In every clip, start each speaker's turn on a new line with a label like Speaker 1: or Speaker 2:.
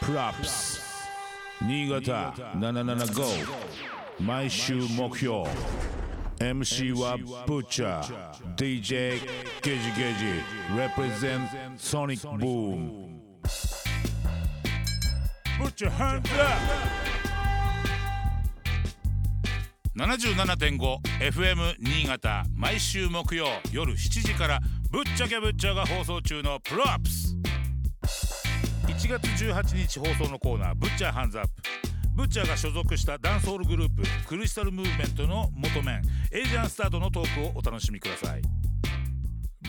Speaker 1: プラップス新潟775毎週目標 MC はブッチャー DJ ゲジゲジ represent ソニックブーム Put your hands up!
Speaker 2: 77.5FM 新潟毎週木曜夜7時からぶっちゃけぶっちゃが放送中のプロアップス1月18日放送のコーナー「ブッチャーハンズアップ」ブッチャーが所属したダンスホールグループクリスタルムーブメントの元メンエイジアンスタートのトークをお楽しみください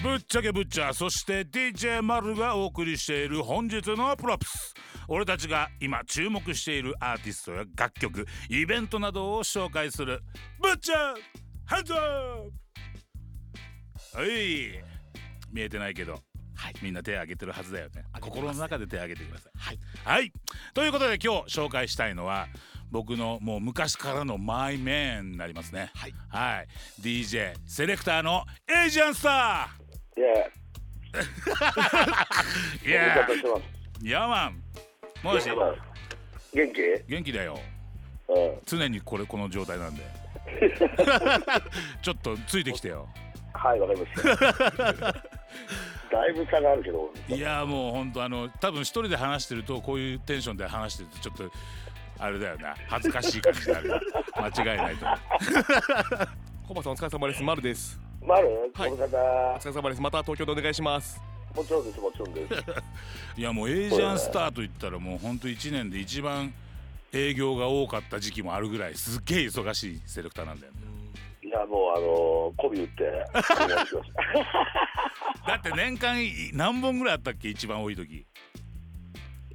Speaker 2: ぶっちゃけぶっちゃそして DJ マルがお送りしている本日のプロプス俺たちが今注目しているアーティストや楽曲イベントなどを紹介するぶっちゃハンズアップはい見えてないけど、みんな手挙げてるはずだよね
Speaker 3: 挙げてま
Speaker 2: 心
Speaker 3: す
Speaker 2: の中で手挙げてください
Speaker 3: はい
Speaker 2: はいということで今日紹介したいのは僕のもう昔からのマイメンになりますね
Speaker 3: はい
Speaker 2: はい DJ セレクターのエージャンスタ
Speaker 4: いや、
Speaker 2: ーい
Speaker 4: い
Speaker 2: や
Speaker 4: 方してます。
Speaker 2: ーヤーマンもし
Speaker 4: まあ元気？
Speaker 2: 元気だよ
Speaker 4: うん。
Speaker 2: 常にこれこの状態 なんで ちょっとついてきてよ
Speaker 4: はい、わかりました。 だいぶ差があるけど、
Speaker 2: いやーもう本当あの多分一人で話してるとこういうテンションで話してるとちょっとあれだよな恥ずかしい感じになる 間違いないと思う
Speaker 3: コバさんお疲れ様です。マルです。
Speaker 4: まる、
Speaker 3: はい
Speaker 4: この方、
Speaker 3: お疲れ様です。また東京でお願いします。
Speaker 4: もちろんです、もちろん です。
Speaker 2: いやもうエージャンスターといったらもう本当1年で一番営業が多かった時期もあるぐらいすっげえ忙しいセレクターなんだよね
Speaker 4: いや、もうあのー、媚び打って お願いします。
Speaker 2: だって年間い何本ぐらいあったっけ一番多い時
Speaker 4: い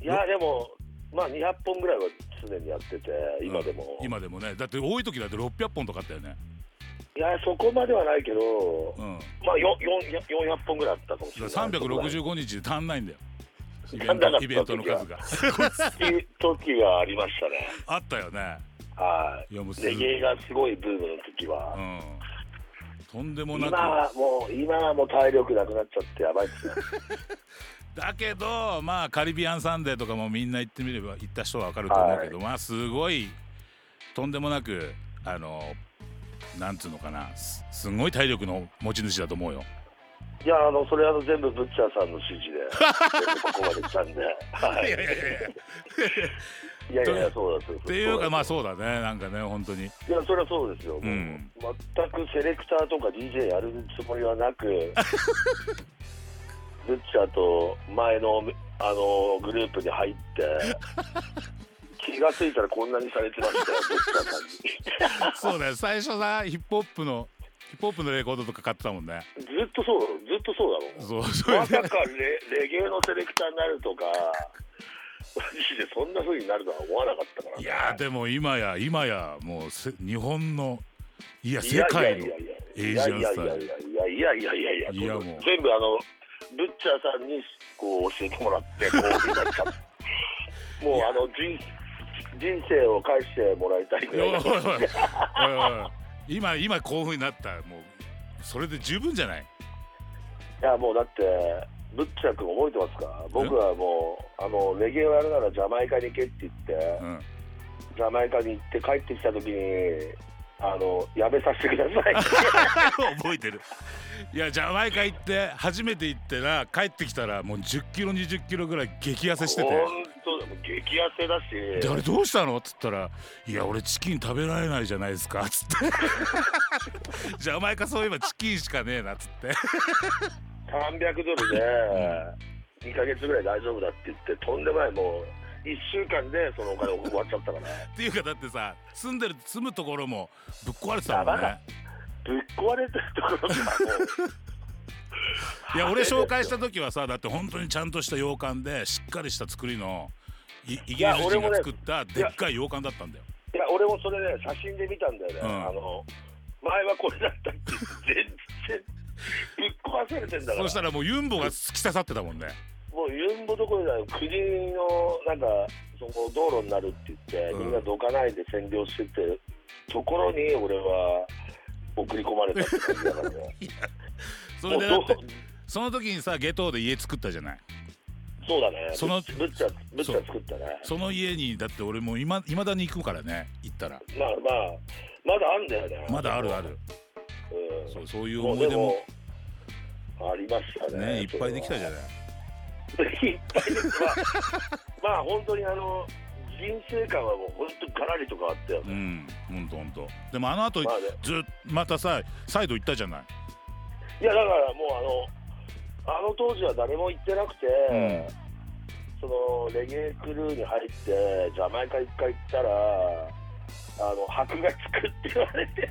Speaker 4: や、でもまあ200本ぐらいは常にやってて、今でも。
Speaker 2: 今でもねだって多い時だって600本とかあったよね
Speaker 4: いや、そこまではないけど、
Speaker 2: うん
Speaker 4: まあよよんよん400本ぐらいあったかもしれない。
Speaker 2: 365日で足んないんだよイベ
Speaker 4: 足
Speaker 2: ン
Speaker 4: んなかっ
Speaker 2: ト
Speaker 4: た
Speaker 2: イベントの数が
Speaker 4: 時時がありましたね。
Speaker 2: あったよね
Speaker 4: はい
Speaker 2: やもうす
Speaker 4: い。
Speaker 2: ご
Speaker 4: レ
Speaker 2: い
Speaker 4: ゲエがすごいブームの時は。
Speaker 2: うんとんでもな
Speaker 4: 今
Speaker 2: く
Speaker 4: はもう今はもう体力なくなっちゃってやばいっ すね。
Speaker 2: だけどまあカリビアンサンデーとかもみんな行ってみれば行った人は分かると思うけど、まあすごいとんでもなくあのなんつうのかなすすごい体力の持ち主だと思うよ
Speaker 4: いやあのそれあの全部ブッチャーさんの指示で全 部ここまで来たんで。はい。いやいやいやそうだそうだ。っ
Speaker 2: っていうかまあ
Speaker 4: う
Speaker 2: そうだねなんかね本当に
Speaker 4: だ。いやそれはそうですよ。もう
Speaker 2: うん
Speaker 4: 全くセレクターとか DJ やるつもり はなく、ブッチャーと前のあのグループに 入って。気がついたらこんなにされてましたよ、ブッチャーさん に。
Speaker 2: そうだよ最初さヒップホップのヒップホップのレコードとか買ってたもんね
Speaker 4: ずっとそうだろ、ずっとそうだもん。
Speaker 2: そうそ
Speaker 4: ま
Speaker 2: れ
Speaker 4: さ
Speaker 2: で
Speaker 4: かレレゲエのセレクターになるとか、マジでそんな風になるとは思わなかったから、ね、
Speaker 2: いやーでも今や今やもうせ日本のいや
Speaker 4: い
Speaker 2: 世
Speaker 4: や
Speaker 2: 界の
Speaker 4: い
Speaker 2: エイジ
Speaker 4: や
Speaker 2: ア
Speaker 4: い
Speaker 2: ン
Speaker 4: や
Speaker 2: ス
Speaker 4: い
Speaker 2: タ
Speaker 4: や
Speaker 2: イ
Speaker 4: い
Speaker 2: ル
Speaker 4: やいやいやいやいやいやいやいや
Speaker 2: いやもう
Speaker 4: 全部あのブッチャーさんにこう教えてもらっ てこういうなっちゃったもうあの人人生を返してもらいたいぐ
Speaker 2: いやおいお
Speaker 4: ら
Speaker 2: い
Speaker 4: い
Speaker 2: おいおいおい今今こういうふうになったもうそれで十分じゃない
Speaker 4: いやもうだってブッチャー君覚えてますか僕はもうあのレゲエをやるならジャマイカに行けって言って、
Speaker 2: うん
Speaker 4: ジャマイカに行って帰ってきた時にあのやめさせてくだ さい
Speaker 2: 覚えてるいやジャマイカ行って初めて行ってな帰ってきたらもう1 0キロ2 0キロぐらい激痩せして
Speaker 4: 本
Speaker 2: て
Speaker 4: 当もう激痩せだ
Speaker 2: であ
Speaker 4: し
Speaker 2: れどうしたのっつったら「いや俺チキン食べられないじゃないですか」っつって「 ジャマイカそういえばチキンしかねえな」っつって
Speaker 4: 300ドルで2ヶ月ぐらい大丈夫だって言ってとんでもないもう1週間でそのお金終わっちゃったから
Speaker 2: っていうかだってさ住んでる住むところもぶっ壊れてたもん
Speaker 4: やば
Speaker 2: ね
Speaker 4: ぶっ壊れてるところがもう
Speaker 2: いや俺紹介した時はさだって本当にちゃんとした洋館でしっかりした作りのいイギリス
Speaker 4: いや俺
Speaker 2: 人が
Speaker 4: もね
Speaker 2: 作ったでっかい洋館だったんだよ
Speaker 4: いや俺もそれね写真で見たんだよね、
Speaker 2: うん
Speaker 4: あの前はこれだったって言って全然ぶっ壊されてんだから
Speaker 2: そしたらもうユンボが突き刺さってたもんね
Speaker 4: もうユンボどころじゃない国のなんかその道路になるって言って、
Speaker 2: うん
Speaker 4: みんなどかないで占領しててところに俺は送り込まれたって感じだ からね
Speaker 2: そ
Speaker 4: も
Speaker 2: れ
Speaker 4: う
Speaker 2: でだ
Speaker 4: ど
Speaker 2: ってその時にさ下等で家作ったじゃない
Speaker 4: そうだね
Speaker 2: その
Speaker 4: ブッチャブッチ
Speaker 2: そう
Speaker 4: ャ作ったね
Speaker 2: その家にだって俺もいま未だに行くからね行ったら
Speaker 4: まあまあまだあんだよね
Speaker 2: まだあるある
Speaker 4: うん
Speaker 2: そうそういう
Speaker 4: もう
Speaker 2: 思い出も
Speaker 4: ありましたね
Speaker 2: ねいっぱいできたじゃ
Speaker 4: ん
Speaker 2: ない
Speaker 4: いっぱいできたまあまあ本当にあの人生観はもう本当ガラリと変わったよ
Speaker 2: う
Speaker 4: ね、
Speaker 2: んほんとほんとでもあの後
Speaker 4: まあね
Speaker 2: ずっまたさ再度行ったじゃない
Speaker 4: いやだからもうあのあの当時は誰も行ってなくて、
Speaker 2: うん
Speaker 4: そのレゲエクルーに入ってジャマイカ一回行ったらあの箔がつくって言われて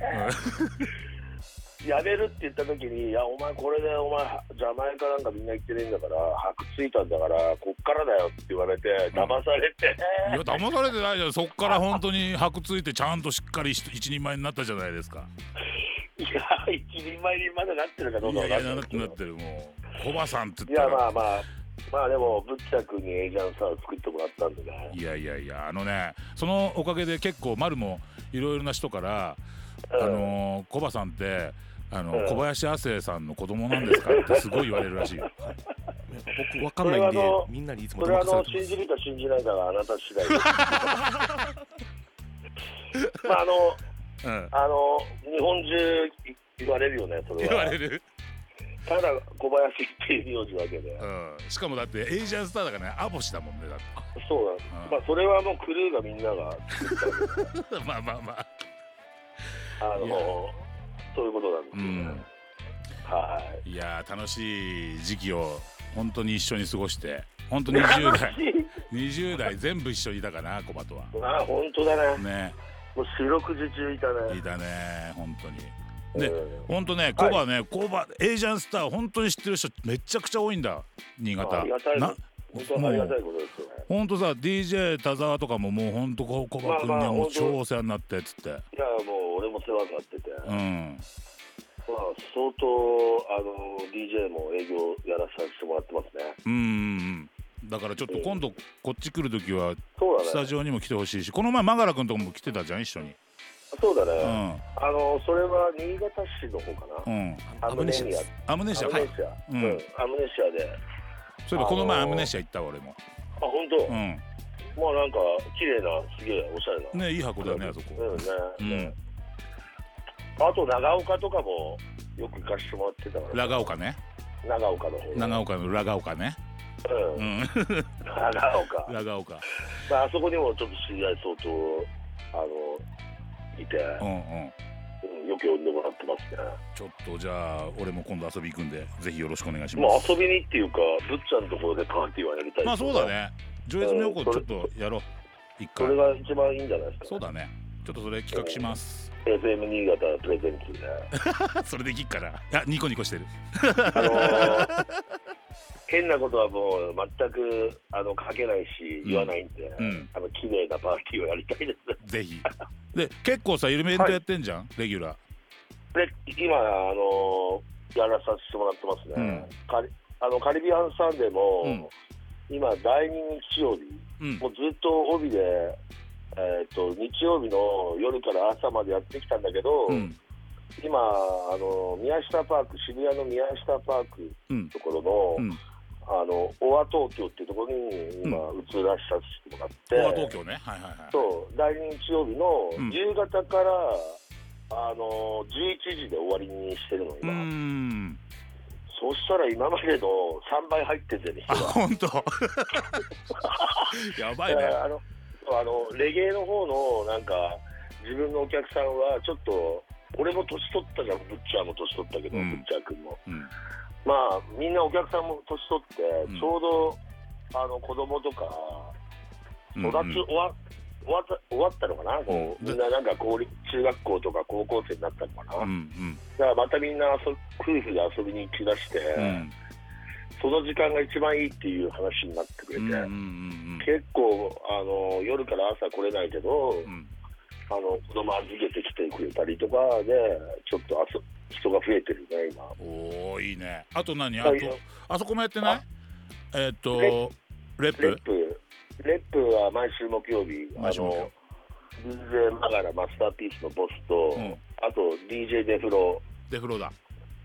Speaker 4: やめるって言った時に「いやお前これでお前ジャマイカなんかみんな行ってねえんだから箔ついたんだからこっからだよ」って言われて騙されて、
Speaker 2: いや騙されてないじゃんそっから本当に箔ついてちゃんとしっかり一一人前になったじゃないですか
Speaker 4: いや一人前にまだなってるかどう
Speaker 2: い
Speaker 4: か
Speaker 2: や
Speaker 4: わ
Speaker 2: い
Speaker 4: か
Speaker 2: や
Speaker 4: ん
Speaker 2: な
Speaker 4: ないで
Speaker 2: っ
Speaker 4: す
Speaker 2: て
Speaker 4: け
Speaker 2: な
Speaker 4: ど
Speaker 2: ってるもうコバさんって
Speaker 4: い
Speaker 2: 言っ
Speaker 4: や
Speaker 2: たら
Speaker 4: まあまあまあでもぶっちゃくにエイジャンサーを作ってもらったんでね
Speaker 2: いやいやいやあのねそのおかげで結構丸もいろいろな人から「
Speaker 4: うん
Speaker 2: あのーコバさんってあの
Speaker 4: うん
Speaker 2: 小林亜生さんの子供なんですか?」ってすごい言われるらしい よ。
Speaker 3: 僕わかんない
Speaker 4: そ
Speaker 3: んで
Speaker 4: れはあの
Speaker 3: みんなにいつも
Speaker 4: それはあ
Speaker 3: 騙さ
Speaker 4: の
Speaker 3: れてま
Speaker 4: 信
Speaker 3: す
Speaker 4: じるか信じないかはあなた次第ですまああの
Speaker 2: うん
Speaker 4: あの日本中言われるよねそれ
Speaker 2: 言わ
Speaker 4: は
Speaker 2: れる、
Speaker 4: ただ小林っていう名字だけで、
Speaker 2: うん、しかもだってエイジアンスターだからねアボシだもんねだって
Speaker 4: そうなんです、
Speaker 2: うん
Speaker 4: まあそれはもうクルーがみんな が
Speaker 2: まあまあまあ
Speaker 4: あの
Speaker 2: いや
Speaker 4: そういうことなんです
Speaker 2: う
Speaker 4: よね、
Speaker 2: ん
Speaker 4: はい
Speaker 2: いやー楽しい時期を本当に一緒に過ごして本当20代20代全部一緒にいたかなコバとは
Speaker 4: まあ本当だね
Speaker 2: ね
Speaker 4: もう四六時中いた
Speaker 2: い
Speaker 4: ね
Speaker 2: たね本当にで
Speaker 4: うん
Speaker 2: 本当ねコバね、コバエージャンスター本当に知ってる人めちゃくちゃ多いんだ新潟
Speaker 4: ありがたい
Speaker 2: な
Speaker 4: 本当にありがたいことですよね
Speaker 2: 本当さ DJ 田沢とかももう本当ココバ君に
Speaker 4: まあま
Speaker 2: は
Speaker 4: あ
Speaker 2: もう
Speaker 4: 本当
Speaker 2: 超お世話になってっつって
Speaker 4: いやもう俺も世話になってて、
Speaker 2: う
Speaker 4: まあ
Speaker 2: ん
Speaker 4: 相当あの DJ も営業やらさせてもらってますね
Speaker 2: うんうんうんだからちょっと今度こっち来る時は
Speaker 4: そうだね
Speaker 2: スタジオにも来てほしいしこの前マガラ君とかも来てたじゃん一緒に
Speaker 4: そうだ
Speaker 2: う
Speaker 4: ね、
Speaker 2: ん
Speaker 4: あのそれは新潟市の方かな、
Speaker 2: うん
Speaker 4: アムネシア
Speaker 3: です
Speaker 2: アムネシア
Speaker 4: アム
Speaker 2: はい
Speaker 4: ネシア、
Speaker 2: う
Speaker 4: うんんアムネシアで
Speaker 2: そういえばこの前
Speaker 4: あ
Speaker 2: ア
Speaker 4: のー
Speaker 2: ムネシア行ったわ俺も
Speaker 4: あ本当、
Speaker 2: う
Speaker 4: ま
Speaker 2: ん
Speaker 4: あなんか綺麗なすげえおしゃれな
Speaker 2: ねいい箱だよねあそこ
Speaker 4: うんね、
Speaker 2: うん
Speaker 4: あと長岡とかもよく行かしてもらってたから
Speaker 2: 長岡ね
Speaker 4: 長岡の方
Speaker 2: 長岡の長岡ね
Speaker 4: うん
Speaker 2: うん
Speaker 4: 長岡、
Speaker 2: 長岡
Speaker 4: まあ、あそこにもちょっと知り合い相当あのいて、
Speaker 2: うんうん
Speaker 4: うん、よく呼んでもらってますね
Speaker 2: ちょっとじゃあ俺も今度遊び行くんでぜひよろしくお願いし
Speaker 4: ま
Speaker 2: ま
Speaker 4: あ
Speaker 2: す
Speaker 4: 遊びにっていうかぶっちゃんのところでパーティーはやりたい
Speaker 2: まあそうだね上越妙高ちょっとやろう一
Speaker 4: そ
Speaker 2: 回
Speaker 4: れが一番いいんじゃないですか
Speaker 2: そうだねちょっとそれ企画します
Speaker 4: FM 新潟プレゼンツね
Speaker 2: それできっからいやニコニコしてる
Speaker 4: あのー変なことはもう全くあの書けないし言わないんで、
Speaker 2: うん
Speaker 4: あの綺麗なパーティーをやりたいです
Speaker 2: ぜひで結構さイルメントやってんじゃん、レギュラー
Speaker 4: で今あのーやらさせてもらってますね、
Speaker 2: うん
Speaker 4: カリあのカリビアンサンデーも、
Speaker 2: うん
Speaker 4: 今第2日曜日
Speaker 2: うん
Speaker 4: もうずっと帯で、えー、と日曜日の夜から朝までやってきたんだけど、
Speaker 2: うん
Speaker 4: 今あの宮下パーク渋谷の宮下パーク
Speaker 2: うん
Speaker 4: ところ
Speaker 2: う
Speaker 4: の,、
Speaker 2: ん
Speaker 4: あのオア東京っていうところに今移らさせてもらって、
Speaker 2: 東東京ねはいはいはい
Speaker 4: そう第2日曜日
Speaker 2: うん
Speaker 4: の夕方から、あの11時で終わりにしてるの
Speaker 2: うー
Speaker 4: 今、
Speaker 2: ん
Speaker 4: そしたら今までの3倍入っててね
Speaker 2: あ
Speaker 4: 人が
Speaker 2: 本当 やばいね
Speaker 4: だからあのあのレゲエの方のなんか自分のお客さんはちょっと俺も年取ったじゃんブッチャーも年取ったけど、
Speaker 2: うん
Speaker 4: ブッチャー君も
Speaker 2: うん
Speaker 4: まあみんなお客さんも年取って、
Speaker 2: うん
Speaker 4: ちょうどあの子供とか
Speaker 2: うんう
Speaker 4: 育
Speaker 2: ん
Speaker 4: ち終わ終わった終わったのかな、こう
Speaker 2: で
Speaker 4: みんななんか公立中学校とか高校生になったのかな、
Speaker 2: うん
Speaker 4: だからまたみんな遊び夫婦で遊びに行きだして、
Speaker 2: うんうん
Speaker 4: その時間が一番いいっていう話になってくれて、
Speaker 2: うんうんうん
Speaker 4: 結構あの夜から朝来れないけど、
Speaker 2: うん
Speaker 4: あの子供預けてきてくれたりとかでちょっとあそ人が増えてるね今
Speaker 2: おおいいねあと何あ
Speaker 4: はい
Speaker 2: とあそこもやってないえーっとレッ
Speaker 4: レ
Speaker 2: プ
Speaker 4: ップレップは毎週木曜日あ
Speaker 2: 毎週木曜
Speaker 4: の DJ マガラマスターピースのボスと、
Speaker 2: うん
Speaker 4: あと DJ デフロ、
Speaker 2: デフローだ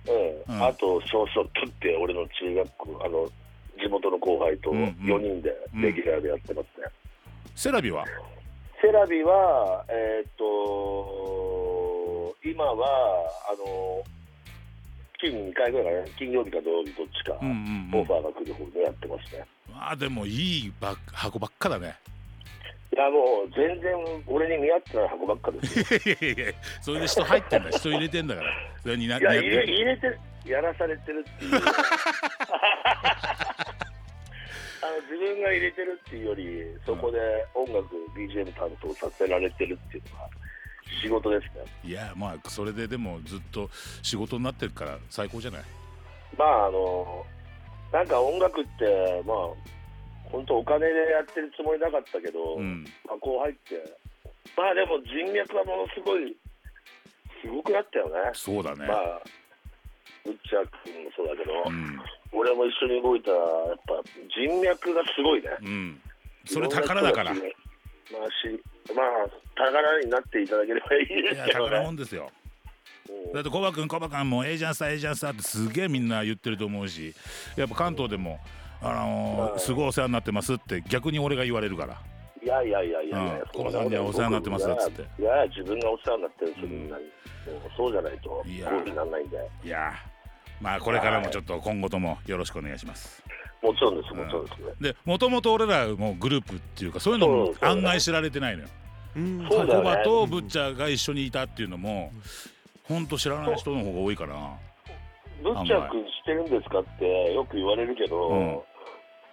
Speaker 4: うん
Speaker 2: うん
Speaker 4: あと小ショットって俺の中学校あの地元の後輩と
Speaker 2: うんうん
Speaker 4: 4人でレギュラーでやってますね、
Speaker 2: セラビは
Speaker 4: セラビはえーっと今はあの金2回ぐらいかな金曜日か土曜日どっちか、
Speaker 2: うんうんう
Speaker 4: オ
Speaker 2: ん
Speaker 4: ファーが来る方でやってますね
Speaker 2: まあでもいいばっ箱ばっかだね
Speaker 4: いやもう全然俺に見合ってない箱ばっかですよ
Speaker 2: いやいやいやそれで人入ってんだ人入れてんだからそれにない
Speaker 4: や
Speaker 2: 似合っ
Speaker 4: 入
Speaker 2: て
Speaker 4: れ
Speaker 2: る
Speaker 4: 入れてるやらされてる っていうあの自分が入れてるっていうよりそこで音楽 BGM 担当させられてるっていうのは仕事ですね
Speaker 2: いやまあそれででもずっと仕事になってるから最高じゃない
Speaker 4: まああのなんか音楽ってまあ本当お金でやってるつもりなかったけど、
Speaker 2: うん
Speaker 4: まあこう入ってまあでも人脈はものすごいすごくなったよね
Speaker 2: そうだね
Speaker 4: まあ、うっちゃくんもそうだけど、
Speaker 2: うん
Speaker 4: 俺も一緒に動いた、やっぱ人脈がすごいね。
Speaker 2: うんそれ宝だからい
Speaker 4: いろんな人が知りまあし、まあ、宝になっていただければいいです
Speaker 2: や
Speaker 4: けど
Speaker 2: 宝
Speaker 4: ね。
Speaker 2: 物ですよ
Speaker 4: うん
Speaker 2: だってコバ君コバ君もうええじゃんさええじゃんさってすげえみんな言ってると思うしやっぱ関東でもあの
Speaker 4: は
Speaker 2: ー、
Speaker 4: い
Speaker 2: すごいお世話になってますって逆に俺が言われるから
Speaker 4: いやいやいやいや
Speaker 2: うん、この三人はお世話になってますっつって
Speaker 4: いやいや、自分がお世話になってるんですよ、みんなに。うんそうじゃないと、こう
Speaker 2: い
Speaker 4: い
Speaker 2: や
Speaker 4: うふうにならないんで。
Speaker 2: いやーまあこれからもちょっと今後ともよろしくお願いします
Speaker 4: もちろんです、もちろんですね。
Speaker 2: でもともと俺らもグループっていうかそういうの
Speaker 4: そ
Speaker 2: も
Speaker 4: うそう
Speaker 2: 案外知られてないのよ
Speaker 3: うん
Speaker 4: そうだよ
Speaker 2: コ
Speaker 4: ね
Speaker 2: バとブッチャーが一緒にいたっていうのもほんと知らない人の方が多いから
Speaker 4: ぶっちゃくんしてるんですかってよく言われるけど、
Speaker 2: うん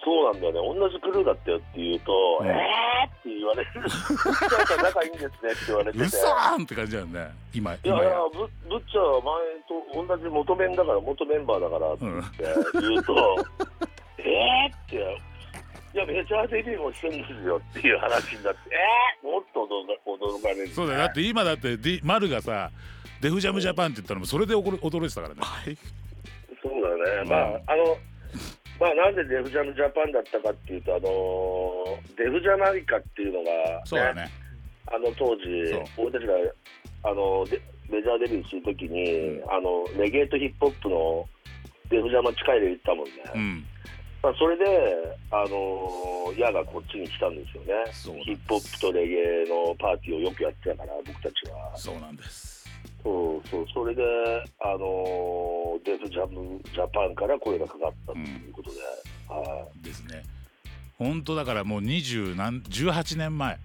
Speaker 4: そうなんだよね、同じクルーだったよって言うと、
Speaker 2: うん
Speaker 4: えーって言われる、ぶっちゃん仲いいんですねって言われてて、
Speaker 2: うそーんって感じだよね今
Speaker 4: いや
Speaker 2: 今
Speaker 4: いや
Speaker 2: や、
Speaker 4: ぶぶっちゃんは前と同じ元メンだから、元メンバーだからって
Speaker 2: うん
Speaker 4: 言うと、 えーって、いや、めちゃめちゃいいもしてるんですよっていう話になって、えーもっと驚か驚かれる、
Speaker 2: そうだよだって今だってディマルがさデフジャムジャパンって言ったのもそれで驚驚いてたからね
Speaker 4: そうだね、まあ、あの、まあ、なんでデフジャムジャパンだったかっていうと、あのデフジャマイカっていうのが、
Speaker 2: そうだね
Speaker 4: あの当時
Speaker 2: そう、
Speaker 4: 俺たちが、あのでメジャーデビューするときに、
Speaker 2: う
Speaker 4: あの、レゲエとヒップホップのデフジャマ近いで行ったもんね。
Speaker 2: うん
Speaker 4: まあ、それで、あのヤがこっちに来たんですよ
Speaker 2: そうなんです
Speaker 4: ね。ヒップホップとレゲエのパーティーをよくやってたから、僕たちは。
Speaker 2: そうなんです
Speaker 4: そうそう、それで、あのーデートジャムジャパンから声がかかったということで、はい
Speaker 2: ですねほんとだからもう20何18年前、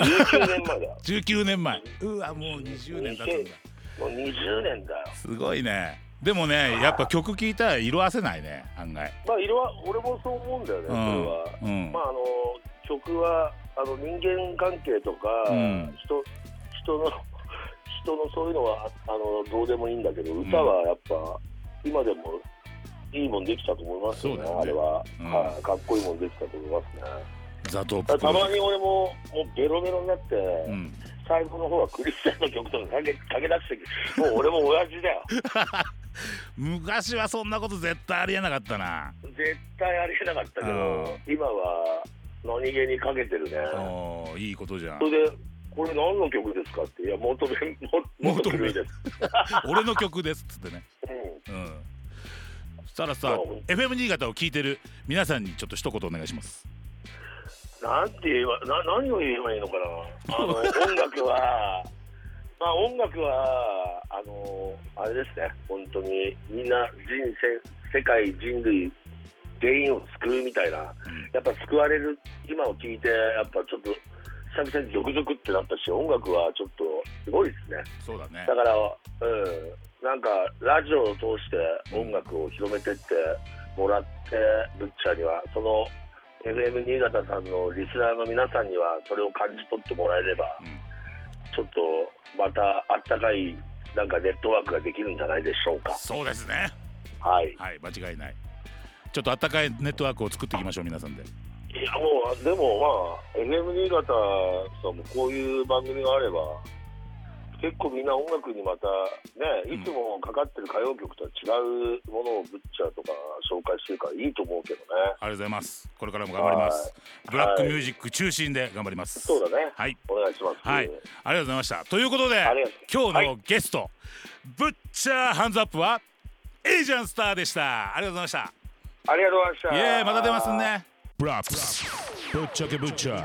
Speaker 4: 19年前だよ
Speaker 2: 19年前うわもう20年経つんだ
Speaker 4: もう20年だよ、
Speaker 2: すごいねでもねやっぱ曲聴いたら色あせないね案外
Speaker 4: まあ、色は俺もそう思うんだよ
Speaker 2: う
Speaker 4: ね、それ
Speaker 2: ん
Speaker 4: は。
Speaker 2: うん
Speaker 4: まああの曲はあの人間関係とか、
Speaker 2: うん
Speaker 4: 人人の人のそういうのはあのどうでもいいんだけど歌はやっぱ、今でもいいもんできたと思いますよね
Speaker 2: そうだよね
Speaker 4: あれは、
Speaker 2: うん
Speaker 4: はいかっこいいもんできたと思いますね。
Speaker 2: ザトウ
Speaker 4: た
Speaker 2: プ
Speaker 4: まに俺ももうベロベロになって、
Speaker 2: うん
Speaker 4: 最後の方はクリスチャンの曲とかかけかけ出してきてもう俺も親父 だよ
Speaker 2: 昔はそんなこと絶対ありえなかったな
Speaker 4: 絶対ありえなかったけど今は何気にかけてるね
Speaker 2: おーいいことじゃん
Speaker 4: それでこれ何の曲ですかっていや元ベン元ベンです、
Speaker 2: 俺の曲ですっつってね
Speaker 4: うん、
Speaker 2: うんそしたらさ
Speaker 4: そう
Speaker 2: FM 新潟を聞いてる皆さんにちょっと一言お願いします
Speaker 4: なんて言えばな何を言えばいいのかなあ の音楽はまあ音楽はあのあれですね本当にみんな人生世界人類全員を救うみたいなやっぱ救われる今を聞いてやっぱちょっと久々にゾクゾクってなったし音楽はちょっとすごいですね
Speaker 2: そうだね
Speaker 4: だからうんなんかラジオを通して音楽を広めてってもらってブッチャーにはその FM 新潟さんのリスナーの皆さんにはそれを感じ取ってもらえれば、
Speaker 2: うん
Speaker 4: ちょっとまたあったかいなんかネットワークができるんじゃないでしょうか
Speaker 2: そうですね
Speaker 4: はい
Speaker 2: はい間違いないちょっとあったかいネットワークを作っていきましょう皆さんで
Speaker 4: いやもうでもまあ FM 新潟さんもこういう番組があれば結構みんな音楽にまたねいつもかかってる歌謡曲とは違うものをブッチャーとか紹介してるからいいと思うけどね
Speaker 2: ありがとうございますこれからも頑張りますブラックミュージック中心で頑張ります
Speaker 4: そうだね
Speaker 2: はい
Speaker 4: お願いします
Speaker 2: はい、ありがとうございました。ということで
Speaker 4: ありがとう、
Speaker 2: 今日
Speaker 4: は
Speaker 2: のゲスト、ブッチャーハンズアップはエージャンスターでした。ありがとうございました。
Speaker 5: ありがとうございました
Speaker 4: イエーイまた出ますね
Speaker 2: ブラップスぶっちゃけぶっちゃ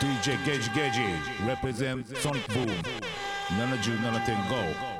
Speaker 2: DJ ゲージゲージ represent Sonic Boom 77.5